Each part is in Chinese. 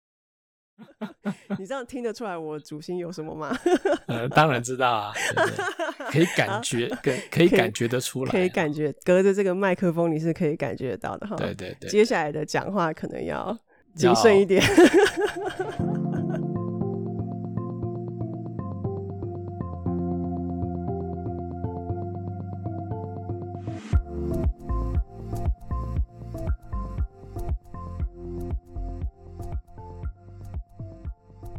你这样听得出来我主心有什么吗？呃，当然知道啊，对不对可以感觉，可可以可以感觉得出来啊，可以感觉隔着这个麦克风你是可以感觉得到的哈。对对对，接下来的讲话可能要谨要慎一点。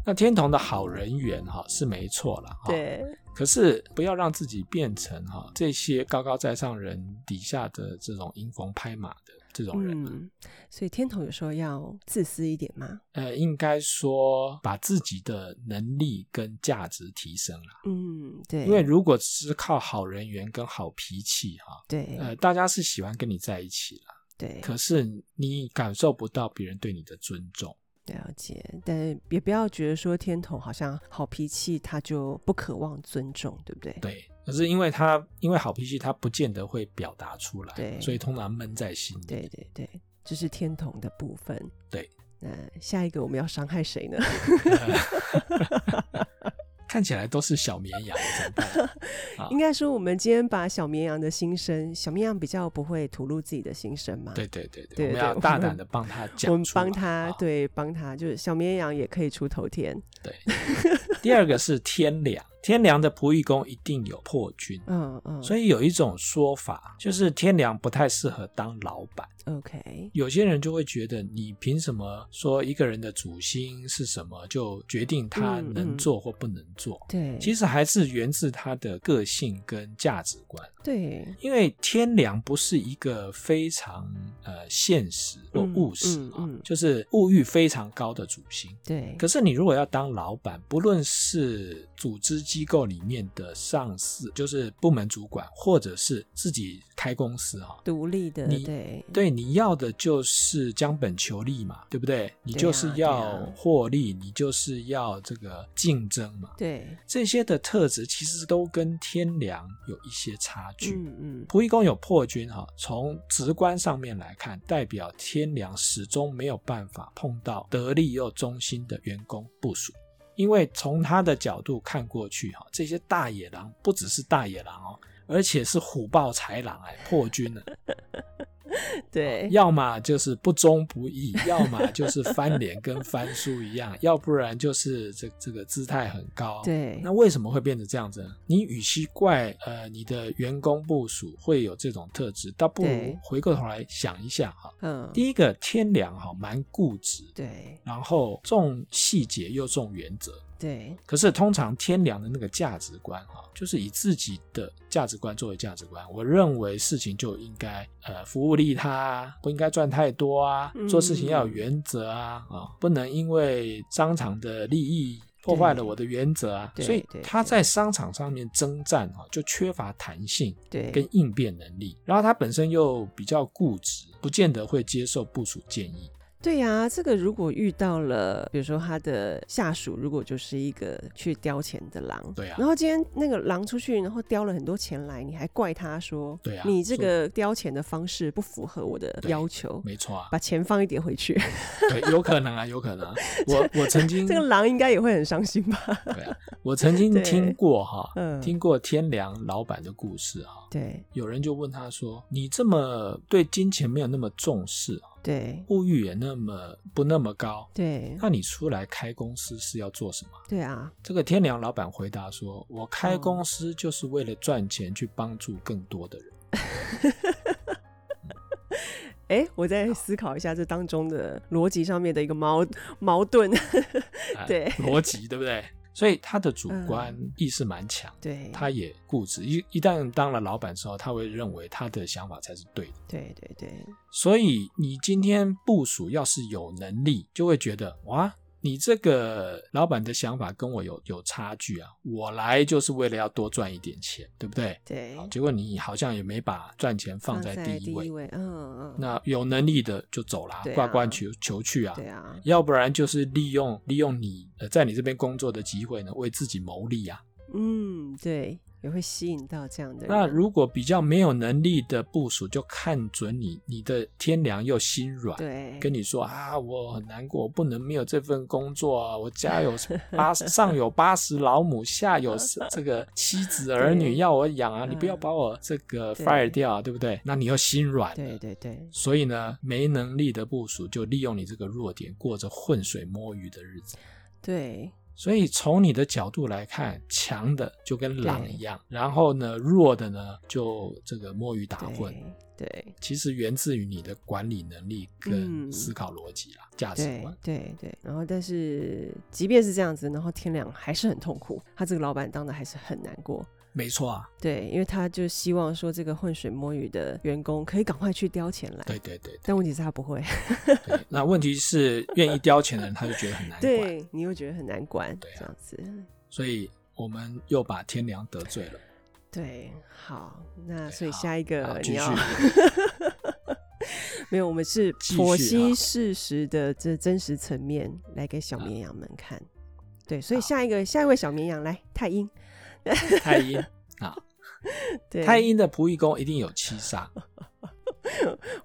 那天童的好人缘哈、是没错了哈，对，可是不要让自己变成哈、这些高高在上人底下的这种迎风拍马的这种人，啊嗯，所以天童有时候要自私一点嘛。呃，应该说把自己的能力跟价值提升了，嗯，对，因为如果只是靠好人缘跟好脾气哈、对、呃，大家是喜欢跟你在一起了，对，可是你感受不到别人对你的尊重。了解，但是也不要觉得说天童好像好脾气，他就不渴望尊重，对不对？对，可是因为他因为好脾气，他不见得会表达出来，对所以通常闷在心里。对对对，这是天童的部分。对，那下一个我们要伤害谁呢？看起来都是小绵羊，怎么 办？啊应该说我们今天把小绵羊的心声，小绵羊比较不会吐露自己的心声嘛。对对对对我们要对大我们胆的帮他 讲我们出来帮他啊，对，帮他就是小绵羊也可以出头天。第二个是天良， 天良的仆役宫一定有破军，嗯嗯，所以有一种说法就是天良不太适合当老板。 OK，有些人就会觉得，你凭什么说一个人的主心是什么，就决定他嗯能嗯做或不能做？对，其实实还是源自他的个性跟价值观。对，因为天良不是一个非常呃现实或嗯务实嗯啊，嗯就是物欲非常高的主心。对，可是你如果要当老板，不论是组织机构里面的上司，就是部门主管，或者是自己开公司哈、独立的，你对，对，你要的就是将本求利嘛，对不对？你就是对啊对要啊获利，你就是要这个竞争嘛。对，嗯这些的特质其实都跟天良有一些差距。嗯嗯，仆役宫有破军哈，从直观上面来看，代表天良始终没有办法碰到得力又忠心的员工部署，因为从他的角度看过去哈，这些大野狼不只是大野狼哦，而且是虎豹豺狼哎，破军了，对，要么就是不忠不义，要么就是翻脸跟翻书一样，要不然就是这这个姿态很高， 对那，为什么会变成这样子呢？你与其怪呃你的员工部署会有这种特质，倒不如对回过头来想一下哈。嗯，第一个天良哈蛮固执，对然后重细节又重原则。对可是通常天良的那个价值观哈，就是以自己的价值观作为价值观，我认为事情就应该呃服务利他啊，不应该赚太多啊，嗯做事情要有原则啊啊，不能因为商场的利益。破坏了我的原则啊，对所以对他对在商场上面征战啊，就缺乏弹性跟对，应变能力，然后他本身又比较固执，不见得会接受部署建议。对呀、这个如果遇到了，比如说他的下属，如果就是一个去叼钱的狼，对啊然后今天那个狼出去，然后叼了很多钱来，你还怪他说，对啊你这个叼钱的方式不符合我的对要求，没错啊，把钱放一点回去，对，有可能啊，有可能、啊。我我曾 经这个狼应该也会很伤心吧？ 对啊，我曾经对听过哈，嗯听过天良老板的故事哈。对有人就问他说：“你这么对金钱没有那么重视，对物欲也那么不那么高，对那你出来开公司是要做什么对啊，？”这个天良老板回答说：“我哦开公司就是为了赚钱，去帮助更多的人。哎，我再思考一下这当中的逻辑上面的一个矛矛盾， 哎对嗯逻辑对不对？所以他的主观意识蛮强。对，他也固执，一一旦当了老板之后，他会认为他的想法才是对的。对对对，所以你今天部署要是有能力，就会觉得哇，你这个老板的想法跟我有有差距啊，我来就是为了要多赚一点钱，对不对？对，好结果你好像也没把赚钱放在第一位。位，嗯嗯，那有能力的就走啦，对啊挂冠求求去啊。对啊，要不然就是利用利用你呃在你这边工作的机会呢，为自己谋利啊。嗯，对，也会吸引到这样的人。那如果比较没有能力的部署，就看准你，你的天良又心软，对，跟你说啊，我很难过，我不能没有这份工作啊，我家有八十上有八十老母，下有这个妻子儿女 对要我养啊，你不要嗯把我这个对 fire 掉啊，对不对？那你又心软，对对对，所以呢，没能力的部署就利用你这个弱点，过着浑水摸鱼的日子。对，所以从你的角度来看，强的就跟狼对一样，然后呢，弱的呢就这个摸鱼打混。对，对，其实源自于你的管理能力跟嗯思考逻辑啦、价值对观。，对，对。然后，但是即便是这样子，然后天良还是很痛苦，他这个老板当的还是很难过。没错啊，对，因为他就希望说这个浑水摸鱼的员工可以赶快去叼钱来，对对对但问题是他不会，对。 那问题是，愿意交钱的人他就觉得很难管，对你又觉得很难管，对啊这样子。所以我们又把天良得罪了。对，好，那对所以好下一好个继你要没有，我们是继剖续析啊事实的这真实层面来给小绵羊们看。对，所以嗯好下一个下一位小绵羊来太阴，太阴， 对，太阴的仆役宫一定有七 杀。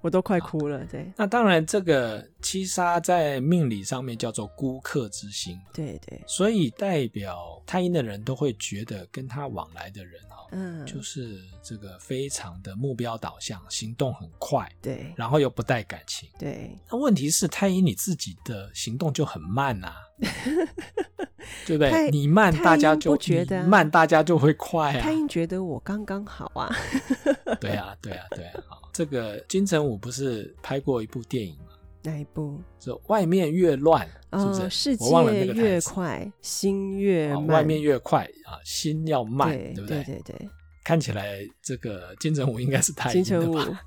我都快哭了，对，那当然，这个七杀在命理上面叫做孤客之星，对对，所以代表太阴的人都会觉得跟他往来的人哦，嗯，就是这个非常的目标导向，行动很快，对然后又不带感情。对那问题是太阴你自己的行动就很 慢呐、对不太对？你慢，太阴大家就不觉得啊你慢，大家就会快太啊。阴觉得我刚刚好啊，对啊，对啊，对啊。好这个金城武不是拍过一部电影吗？哪一部？这外面越乱，是不呃，世是？界我忘了那个台越词。快，心越啊慢，外面越快啊，心要慢，对不对对对，看起来这个金城武应该是太金阴的城武吧，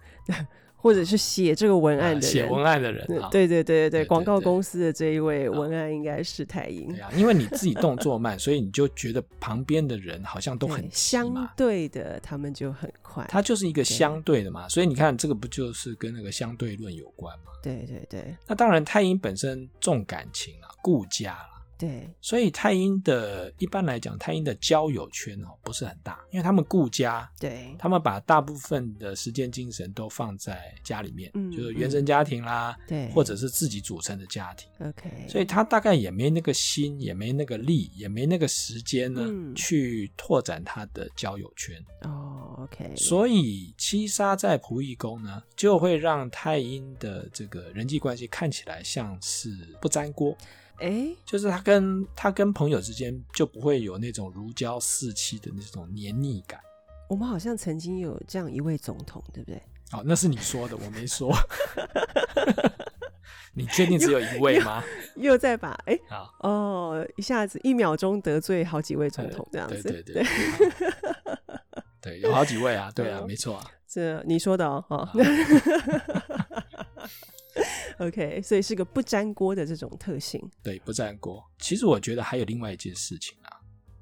或者是写这个文啊案的人，写文案的人啊，对对对对对对，广对告对公司的这一位文案应该是太阴对，啊，因为你自己动作慢，所以你就觉得旁边的人好像都很对急相嘛。对的，他们就很快。它就是一个相对的嘛，所以你看这个不就是跟那个相对论有关嘛？对对对那当然，太阴本身重感情啊，顾家啦、对所以太阴的一般来讲，太阴的交友圈哦不是很大，因为他们顾家，对他们把大部分的时间精神都放在家里面，嗯就是原生家庭啦，对，或者是自己组成的家庭， OK，所以他大概也没那个心，也没那个力，也没那个时间呢，嗯去拓展他的交友圈。哦 OK，所以七杀在仆役宫呢，就会让太阴的这个人际关系看起来像是不粘锅，哎就是他跟他跟朋友之间就不会有那种如胶似漆的那种黏腻感。我们好像曾经有这样一位总统，对不对？哦，那是你说的，我 没说。你确定只有一位吗？又在把哎啊，哦，一下子一秒钟得罪好几位总统这样对子，呃 对对，啊对，有好几位啊，对啊，嗯没错啊。这你说的哦，哦 OK，所以是个不粘锅的这种特性，对，不粘锅。其实我觉得还有另外一件事情啊，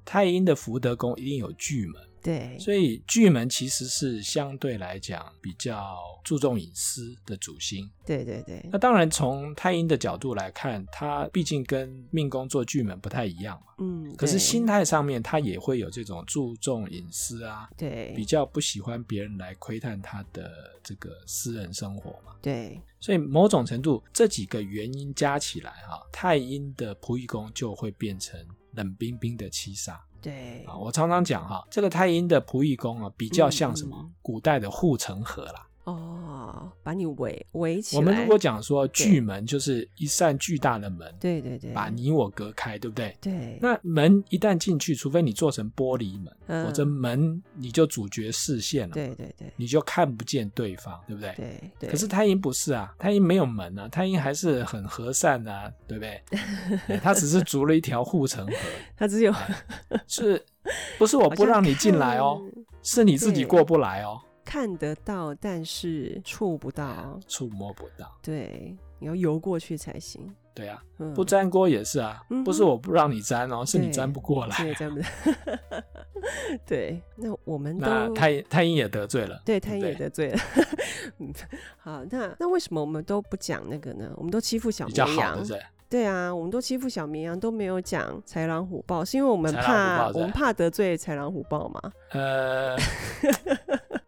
太阴的福德宫一定有巨门，对所以巨门其实是相对来讲比较注重隐私的主星。对对对那，当然，从太阴的角度来看，它毕竟跟命宫做巨门不太一样嘛。嗯，可是对心态上面，它也会有这种注重隐私啊，比对较不喜欢别人来窥探他的这个私人生活嘛。对所以某种程度，这几个原因加起来哈、太阴的仆役宫就会变成冷冰冰的七杀对啊。我常常讲哈、这个太阴的仆役宫啊，比较像什么？嗯嗯古代的护城河啦。哦，把你围围起来。我们如果讲说巨门，就是一扇巨大的门，对对对，把你我隔开，对不对？对那门一旦进去，除非你做成玻璃门，嗯否则门你就阻绝视线了，对对对你就看不见对方，对不对？对对，可是太阴不是啊，太阴没有门啊，太阴还是很和善啊，对不对？对他只是筑了一条护城河，他 只有是不 是我不让你进来哦？是你自己对过不来哦，看得到，但是触不到，触摸不到。对，你要游过去才行。对啊，嗯，不沾锅也是啊，嗯哼不是我不让你沾哦，是你对沾不过这来啊也。沾不到。 对，那我们那都太阴太阴也得罪了，对太不也得罪了。 嗯嗯好，那那为什么我们都不讲那个呢？我们都欺负小比较绵好，羊 对不，对？对啊，我们都欺负小绵羊，都没有讲豺狼虎豹，是因为我们豺怕狼虎豹是我们怕得罪豺狼虎豹嘛？呃，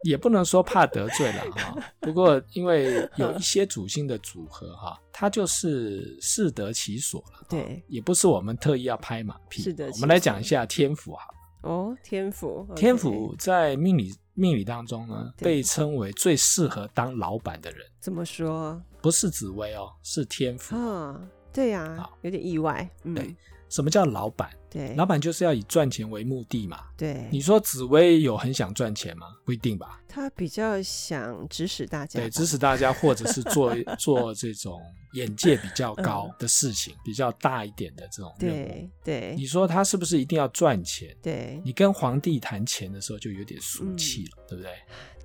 也不能说怕得罪了哈。不过，因为有一些主星的组合哈，它就是适得其所了，对，也不是我们特意要拍马屁。适得其所我们来讲一下天府哈。哦，天府，天府在命理命理当中呢，对被称为最适合当老板的人，怎么说不是紫薇哦，是天府。啊？对呀、啊好，有点意外，嗯，对什么叫老板？对老板就是要以赚钱为目的嘛。你对，说紫薇有很想赚钱吗？不一定吧。他比较想指使大家吧，对，指使大家，或者是做做这种眼界比较高的事情，比较大一点的这种任务。对对你说他是不是一定要赚钱？对你跟皇帝谈钱的时候就有点俗气了，对不对？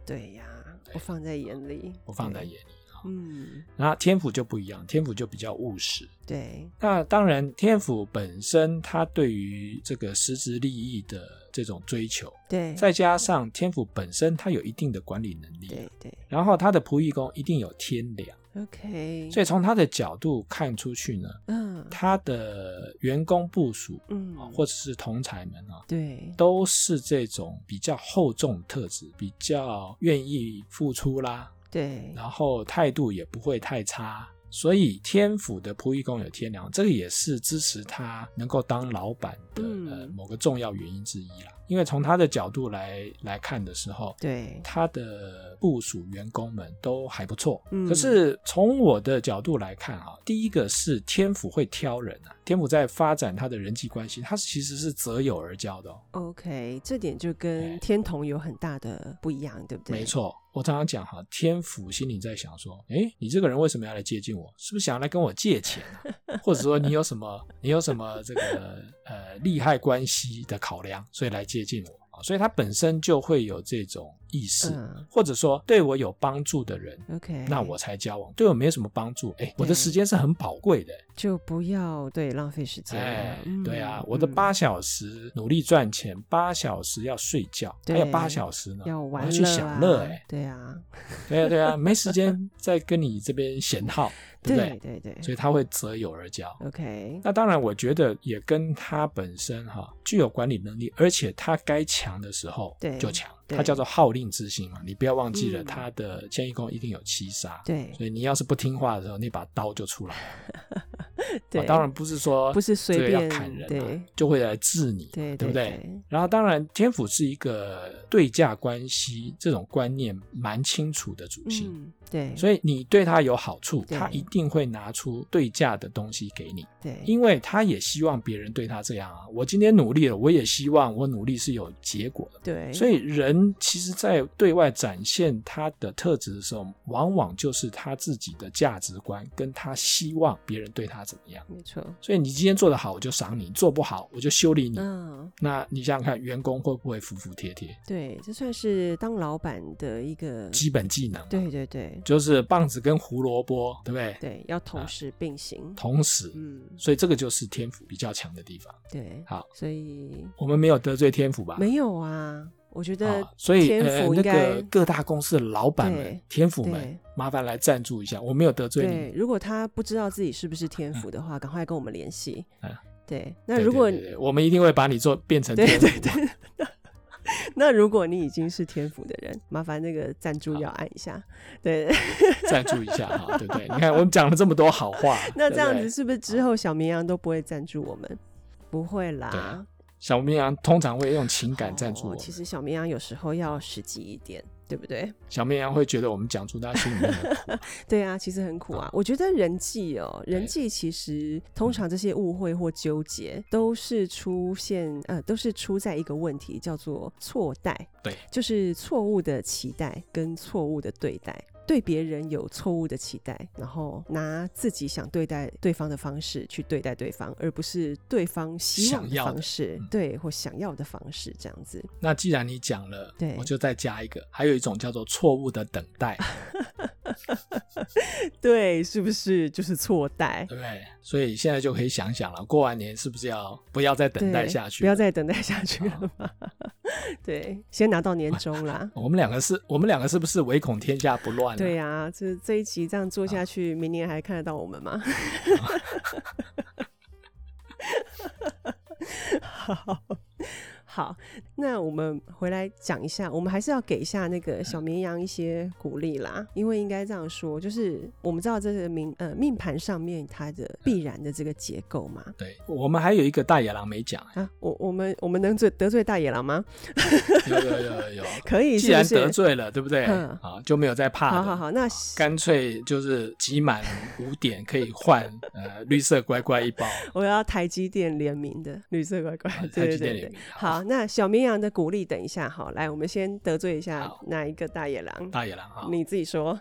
对呀、我放在眼里，我放在对，眼里。嗯，那天府就不一样，天府就比较务实。对那当然，天府本身他对于这个实质利益的这种追求，对，再加上天府本身他有一定的管理能力啊对，对然后他的仆役宫一定有天良， ，OK，所以从他的角度看出去呢，嗯他的员工部署啊嗯，或者是同才们啊，对都是这种比较厚重的特质，比较愿意付出啦，对然后态度也不会太差。所以天府的仆役宫有天良，这个也是支持他能够当老板的、嗯呃某个重要原因之一啦。因为从他的角度来来看的时候，对他的部署员工们都还不错。嗯可是从我的角度来看啊，第一个是天府会挑人啊，天府在发展他的人际关系，他其实是择友而交的、哦。 ，OK，这点就跟哎天童有很大的不一样，对不对？没，错，我常常讲哈、天府心里在想说，诶，你这个人为什么要来接近我？是不是想要来跟我借钱 啊？或者说你有什么你有什么这个呃利害关系的考量，所以来接近我啊？所以他本身就会有这种意识，嗯或者说对我有帮助的人， ，OK，那我才交往，对我没有什么帮助。哎，我的时间是很宝贵的。就不要对浪费时间哎了，嗯对啊，我的嗯八小时努力赚钱，八小时要睡觉，还对有八小时呢，要我玩要去乐享啊乐。哎，对啊，对啊，对啊，没时间再跟你这边闲耗，对不对嗯对？对对所以他会择友而交。 ，OK，那当然，我觉得也跟他本身哈、具有管理能力，而且他该强的时候对就强，对他叫做号令之心嘛。你不要忘记了，嗯他的迁移宫一定有七杀，对所以你要是不听话的时候，那把刀就出来了。对，啊当然不是说不是随这个便要砍人、啊，对就会来治你嘛，对不对对对？然后当然，天府是一个对价关系这种观念蛮清楚的主星。嗯，对，所以你对他有好处，对他一定会拿出对价的东西给你，对因为他也希望别人对他这样啊。我今天努力了，我也希望我努力是有结果的。对，所以以人其实，在对外展现他的特质的时候，往往就是他自己的价值观跟他希望别人对他怎么样。没错，所以你今天做得好，我就赏你；做不好，我就修理你。嗯。那你想想看，员工会不会服服帖帖？对，这算是当老板的一个，基本技能对对对就是棒子跟胡萝卜，对不对？对，要同时并行，啊同时，嗯，所以这个就是天府比较强的地方。对，好，所以我们没有得罪天府吧？没有啊，我觉得啊，所以天呃，赋那应该、个各大公司的老板们对、天府们对，麻烦来赞助一下，我没有得罪对，你。如果他不知道自己是不是天赋的话，赶快跟我们联系。嗯对，那对如果对对对我们一定会把你做变成天对府对对，那如果你已经是天赋的人，麻烦那个赞助要按一下。对，赞助一下哈，对不对？你看我们讲了这么多好话， 那对这不样对子是不是之后小绵羊都不会赞助我们？不会对啦啊，小绵羊通常会用情感赞助我哦们，其实小绵羊有时候要实际一点，对不对？小绵羊会觉得我们讲出他心里面 的苦。对啊，其实很苦啊。我觉得人际哦，人对嗯际其实通常这些误会或纠结都是出现呃，都是出在一个问题，叫做错待。对，就是错误的期待跟错误的对待。对别人有错误的期待，然后拿自己想对待对方的方式去对待对方，而不是对方希望想的要的方式，嗯对或想要的方式这样子。那既然你讲了，对我就再加一个，还有一种叫做错误的等 待，对，是不是就是错待？对不对？所以现在就可以想想了，过完年是不是要不要再等待对下去？。不要再等待下去了嘛。 对，先拿到年终啦 我们两个是，我们两个是不是唯恐天下不乱、啊？对呀、这这一集这样做下去，明年还看得到我们吗？ 好，好，那我们回来讲一下，我们还是要给一下那嗯个小绵羊一些鼓励啦，因为应该这样说，就是我们知道这个命呃命盘上面它的必然的这个结构嘛。对我们还有一个大野狼没 讲，啊，我我们我们能罪得罪大野狼吗？有有有有，可以，既然是不是得罪了，对不对？嗯啊，就没有再怕好了。好好，那干脆就是集满五点可以换呃绿色乖乖一包，我要台积电联名的绿色乖乖，对 哦台对积电对对联名。好，那小绵羊的鼓励，等一下，好，来，我们先得罪一下好哪一个大野狼？大野狼啊，你自己说，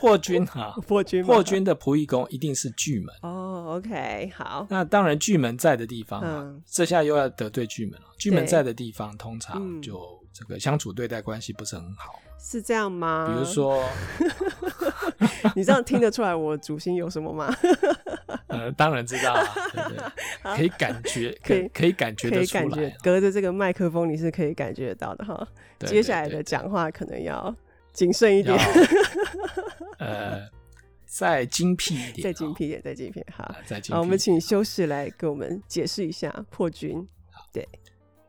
破军啊，破军吗，破军的仆役宫一定是巨门。哦，OK，好，那当然，巨门在的地方啊，嗯这下又要得罪巨门了。巨门对在的地方，通嗯常就这个相处对待关系不是很好。是这样吗？比如，说，你这样听得出来我主心有什么吗？呃，当然知道啊， 对不对？可以感觉，可可以以可以感 觉可得以出感觉来。啊隔着这个麦克风你是可以感觉得到的哈。对接下来对的讲话可能要谨慎一要点，呃再精辟一点，再精，辟一点，再精辟。好啊，，再精辟一点。好，我们请修士来给我们解释一下破军。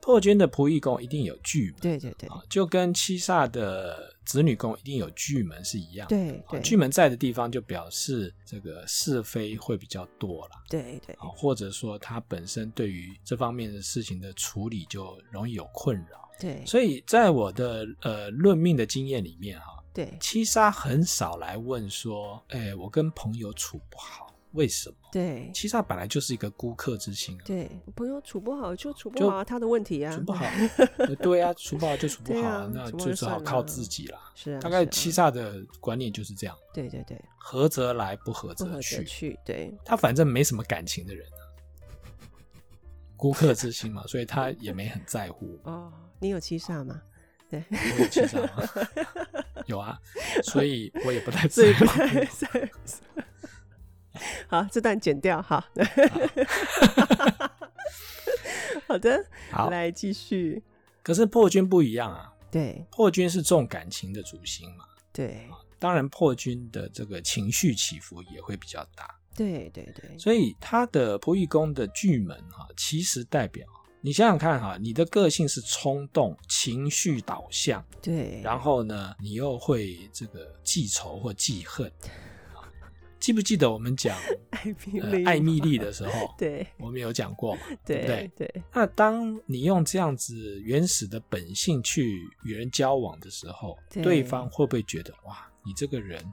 破军的仆役宫一定有巨门对对对啊，就跟七煞的子女宫一定有巨门是一样的。对啊对巨门在的地方就表示这个是非会比较多啦。对对啊，或者说他本身对于这方面的事情的处理就容易有困扰。对所以在我的呃论命的经验里面哈、对七杀很少来问说，哎，我跟朋友处不好，为什么？对七杀本来就是一个孤客之心啊，对，朋友处不好就处不好啊，他的问题啊 处，不好，呃对啊，处不好就处不对好啊啊，那处不好就就只好算了靠自己啦。是啊，大概是啊七，煞的观念就是这样，对对对，合则来，不合不则合去则。去，对他反正没什么感情的人、啊，孤客之心嘛，所以他也没很在乎。哦，你有七煞 吗？我有七煞 吗？有啊，所以我也不太所在以不乎。太在。 好，这段剪掉。好， 好的，好，来继续。可是破军不一样啊，对破军是重感情的主星嘛，对当然破军的这个情绪起伏也会比较大，对对对，所以他的仆役宫的巨门哈、其实代表。你想想看哈、你的个性是冲动、情绪导向，对，然后呢，你又会这个记仇或记恨。 啊记不记得我们讲、艾米呃丽，、艾米丽，的 时候，对我们有讲过嘛？对不对对对那当你用这样子原始的本性去与人交往的时候，对对方会不会觉得哇，你这个人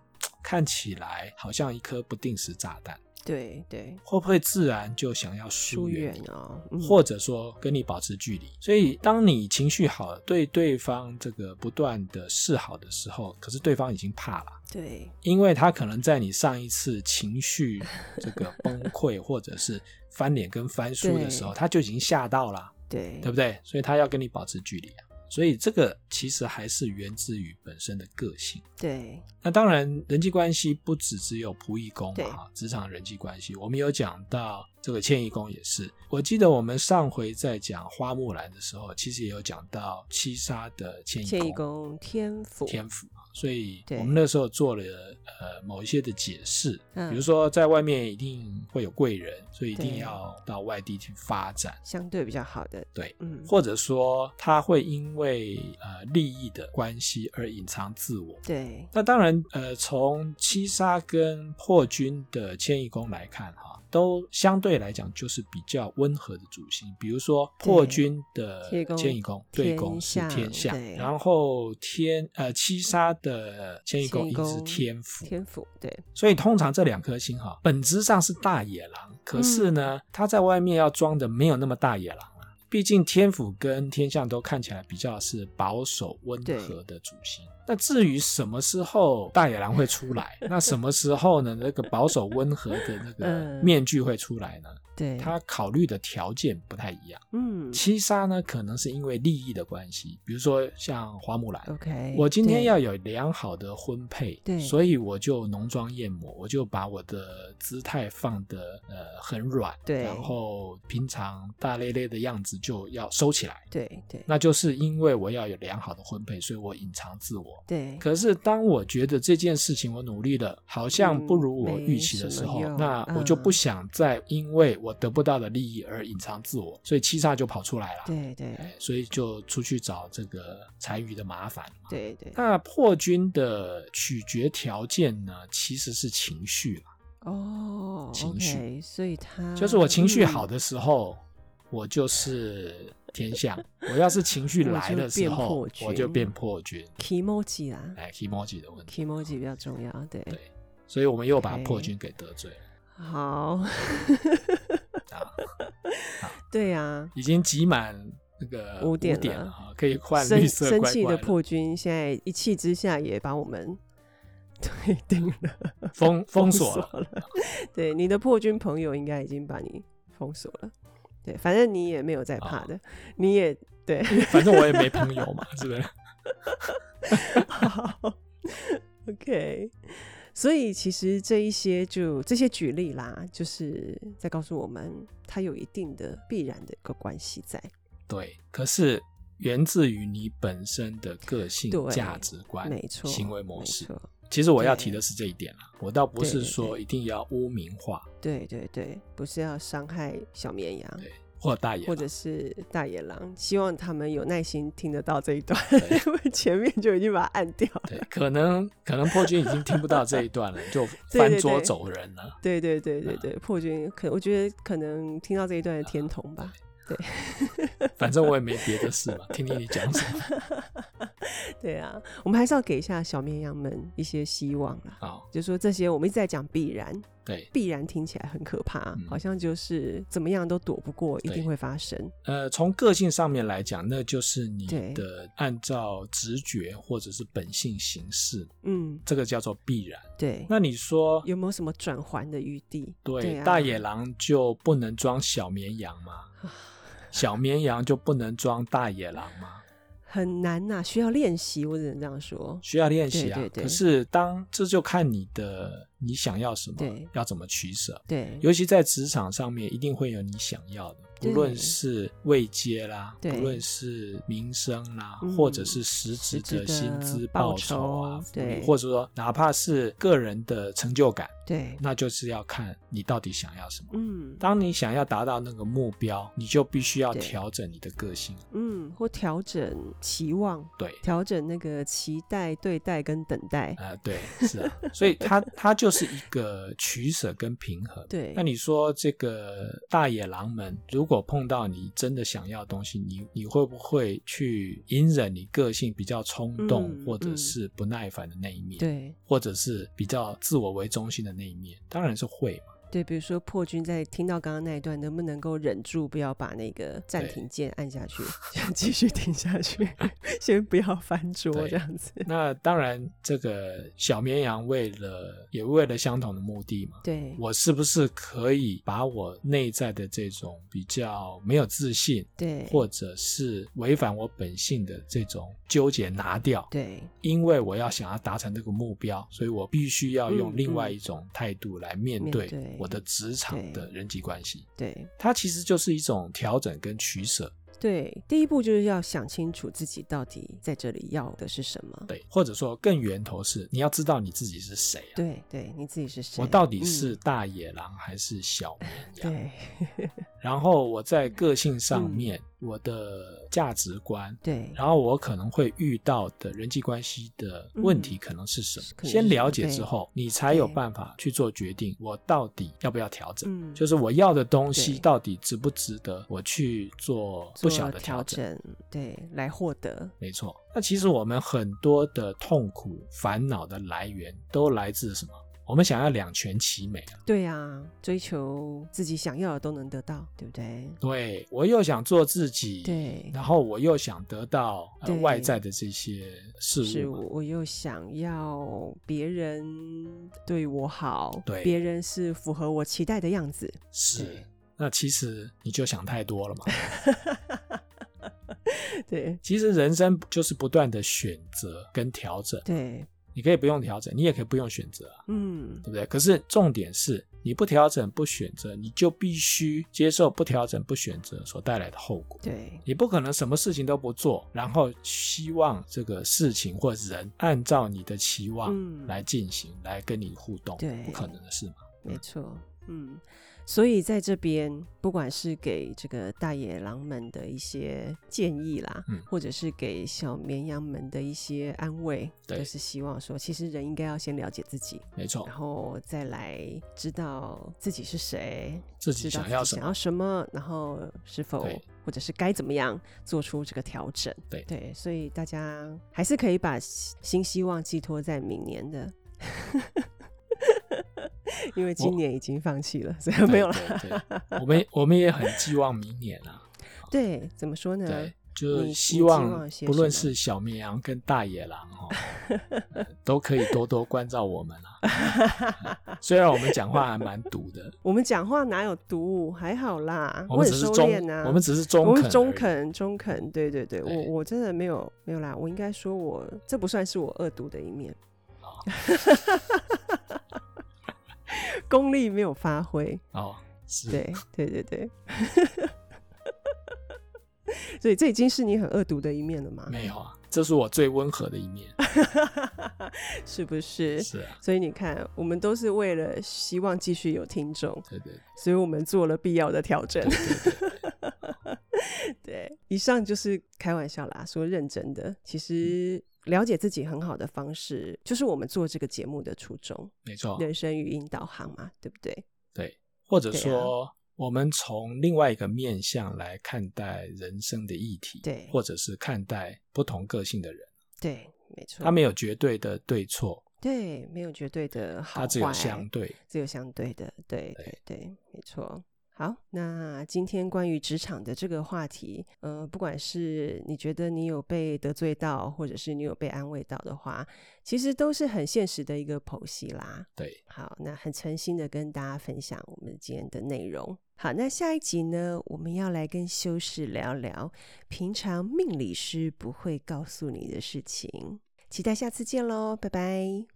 看起来好像一颗不定时炸弹？对对，会不会自然就想要疏疏远远你？哦，嗯或者说跟你保持距离。所以，当你情绪好，对对方这个不断的示好的时候，可是对方已经怕了，对因为他可能在你上一次情绪这个崩溃或者是翻脸跟翻书的时候，他就已经吓到了，对对不对？所以他要跟你保持距离啊。所以这个其实还是源自于本身的个性。对那当然，人际关系不只只有仆役宫嘛，哈，职场人际关系，我们有讲到这个迁移宫也是。我记得我们上回在讲花木兰的时候，其实也有讲到七杀的迁迁移移宫宫天府，天府啊，所以对我们那时候做了呃某一些的解释，嗯比如说在外面一定会有贵人，所以一定对要到外地去发展。相对比较好的，对，嗯，或者说他会因为呃利益的关系而隐藏自我，对那当然，呃，从七杀跟破军的迁移宫来看，哈，都相对来讲就是比较温和的主星。比如说破军的对迁移宫，天对宫宫是天天象象对，然后天呃七杀的迁移宫迁移一宫定是天府，天府，对所以通常这两颗星哈，本质上是大野狼，可是呢，他在外面要装的没有那么大野狼啊。毕竟天府跟天象都看起来比较是保守温和的主星。那至于什么时候大野狼会出来，那什么时候呢？那个保守温和的那个嗯面具会出来呢？对，他考虑的条件不太一样。嗯七杀呢，可能是因为利益的关系，比如说像花木兰， ，OK，我今天哎对要有良好的婚配，对所以我就浓妆艳抹，我就把我的姿态放得呃很软，对然后平常大咧咧的样子就要收起来。对对那就是因为我要有良好的婚配，所以我隐藏自我。对，可是当我觉得这件事情我努力了，好像不如我预期的时嗯嗯候，没什么用那我就不想再因为我得不到的利益而隐藏自我，所以七煞就跑出来了。对对哎所以就出去找这个残余的麻烦嘛。对对，那破军的取决条件呢，其实是情绪啦，哦，情绪 OK，所以他就是我情绪嗯好的时候，我就是天象；我要是情绪来的时候我就变破，军我就变破军。 ，emoji 啦哎 e m o j i 的问题， ，emoji 比较重要，对，对所以我们又把 OK 破军给得罪了，好，啊对啊，已经挤满那个五点点了了哈，可以换生绿色生乖气乖的了破军现在一气之下也把我们 退订了，封封锁了。了。 对，你的破军朋友应该已经把你封锁了。对，反正你也没有在怕啊的，你也对。 反正我也没朋友嘛，是不是？好 OK，所以其实这一些就这些举例啦，就是在告诉我们，它有一定的必然的一个关系在。对，可是源自于你本身的个性对、价值观、没错，行为模式没。错，其实我要提对的是这一点啦，我倒不是对说一定要污名化对对对，不是要伤害小绵羊。或大爷或啦，者是大野狼，希望他们有耐心听得到这一段，对因为 前面就已经把它按掉了。对，可能 可能破军已经听不到这一段了，就对翻对桌对走人了。对对对嗯对对，破军可我觉得可能听到这一段的天童吧，反正我也没别的事嘛，听听你讲什么对啊，我们还是要给一下小绵羊们一些希望啦。啊？就说这些，我们一直在讲必然， 对，必然听起来很可怕，嗯好像就是怎么样都躲不过，一对定会发生。呃，从个性上面来讲，那就是你对的按照直觉或者是本性行事，嗯，这个叫做必然。对。那你说有没有什么转圜的余地？对，啊、大野狼就不能装小绵羊 吗？小绵羊就不能装大野狼吗？很难呐、需要练习，我只能这样说。需要练习啊。对对对可是当这就看你的你想要什么对，要怎么取舍。对，尤其在职场上面，一定会有你想要的，不对论是位阶啦，不对论是名声啦，嗯或者是实实质质的的薪资报报酬啊，酬福利对或者说哪怕是个人的成就感，对，那就是要看你到底想要什么。嗯当你想要达到那个目标，你就必须要对调整你的个性，嗯，或调整期望，对。调整那个期待、对待跟等待。啊、对，是啊，所以它它就是一个取舍跟平衡。对那你说这个大野狼们，如果碰到你真的想要的东西，你你会不会去隐忍你个性比较冲动，嗯或者嗯是不耐烦的那一面，对或者是比较自我为中心的那一面？当然是会嘛。对，比如说破军在听到刚刚那一段，能不能够忍住不要把那个暂对停键按下去，先继续听下去， 先不要翻桌对这 样子。那当然，这个小绵羊为了也为了相同的目的嘛，对我是不是可以把我内在的这种比较没有自信，对或者是违反我本性的这种纠结拿掉？对因为我要想要达成这个目标，所以我必须要用嗯另外嗯一种态度来面面对对我的职场对的人际关系。对它其实就是一种调整跟取舍，对，第一步就是要想清楚自己到底在这里要的是什么。对，或者说更源头是你要知道你自己是谁啊。对对，你自己是谁？我到底嗯是大野狼还是小绵羊？对嗯然后我在个性上面，我的价值观，对然后我可能会遇到的人际关系的问题可能是什么？可嗯能是先了解对之后，你才有对办法去做决定，我到底要不要调整？嗯，就是我要的东西对到底值不值得我去做不做小的调调整？对，来获得没错。那其实我们很多的痛苦、烦恼的来源都来自什么？我们想要两全其美啊对啊，追求自己想要的都能得到，对不对？对我又想做自己，对然后我又想得到、呃对外在的这些事是物嘛，我又想要别人对我好，对别人是符合我期待的样子， 是对那其实你就想太多了嘛。对其实人生就是不断的选择跟调整，对，你可以不用调整，你也可以不用选择啊，嗯对，不对？可是重点是你不调整、不选择，你就必须接受不调整、不选择所带来的后果。对你不可能什么事情都不做，然后希望这个事情或人按照你的期望嗯来进行，来跟你互动，对不可能的事嘛。没错，嗯，所以在这边，不管是给这个大野狼们的一些建议啦，嗯或者是给小绵羊们的一些安慰，对哦就是希望说，其实人应该要先了解自己，没错然，后再来知道自己是谁，自知己道想自要己什想么，要什么，然后是否对或者是该怎么样做出这个调整。对对，所以大家还是可以把新新希望寄托在明年的。因为今年已经放弃了，所以对没有了。对对，我们也我们也很寄望明年啊，对，怎么说呢对？，就是你希你望希望些不论什么是小绵羊跟大野狼哦，呃 都可以多多关照我们啊。虽然我们讲话还蛮毒的，我们讲话哪有毒？还好啦，我我们很只是收中敛，啊。我们只是我中们肯，中。肯，中肯，对对对，对我我真的没有没有啦，我应该说我这不算是我恶毒的一面， 功力没有发挥，哦，是，对对对对， 所以这已经是你很恶毒的一面了吗？没有啊，这是我最温和的一面。 是不是？是啊，所以你看，我们都是为了希望继续有听众，对对所以我们做了必要的调整。对对对， 对，以上就是开玩笑啦，说认真的，其嗯实了解自己很好的方式，就是我们做这个节目的初衷，没错，人生语音导航嘛，对不对？对，或者对啊说。我们从另外一个面向来看待人生的议题，对或者是看待不同个性的人，对，没错，他没有绝对的对错，对没有绝对的好它坏，只有相对。只有相对的，对对对对，没错。好，那今天关于职场的这个话题，呃，不管是你觉得你有被得罪到，或者是你有被安慰到的话，其实都是很现实的一个剖析啦。对，好，那很诚心的跟大家分享我们今天的内容。好，那下一集呢，我们要来跟修士聊聊平常命理师不会告诉你的事情。期待下次见喽，拜拜。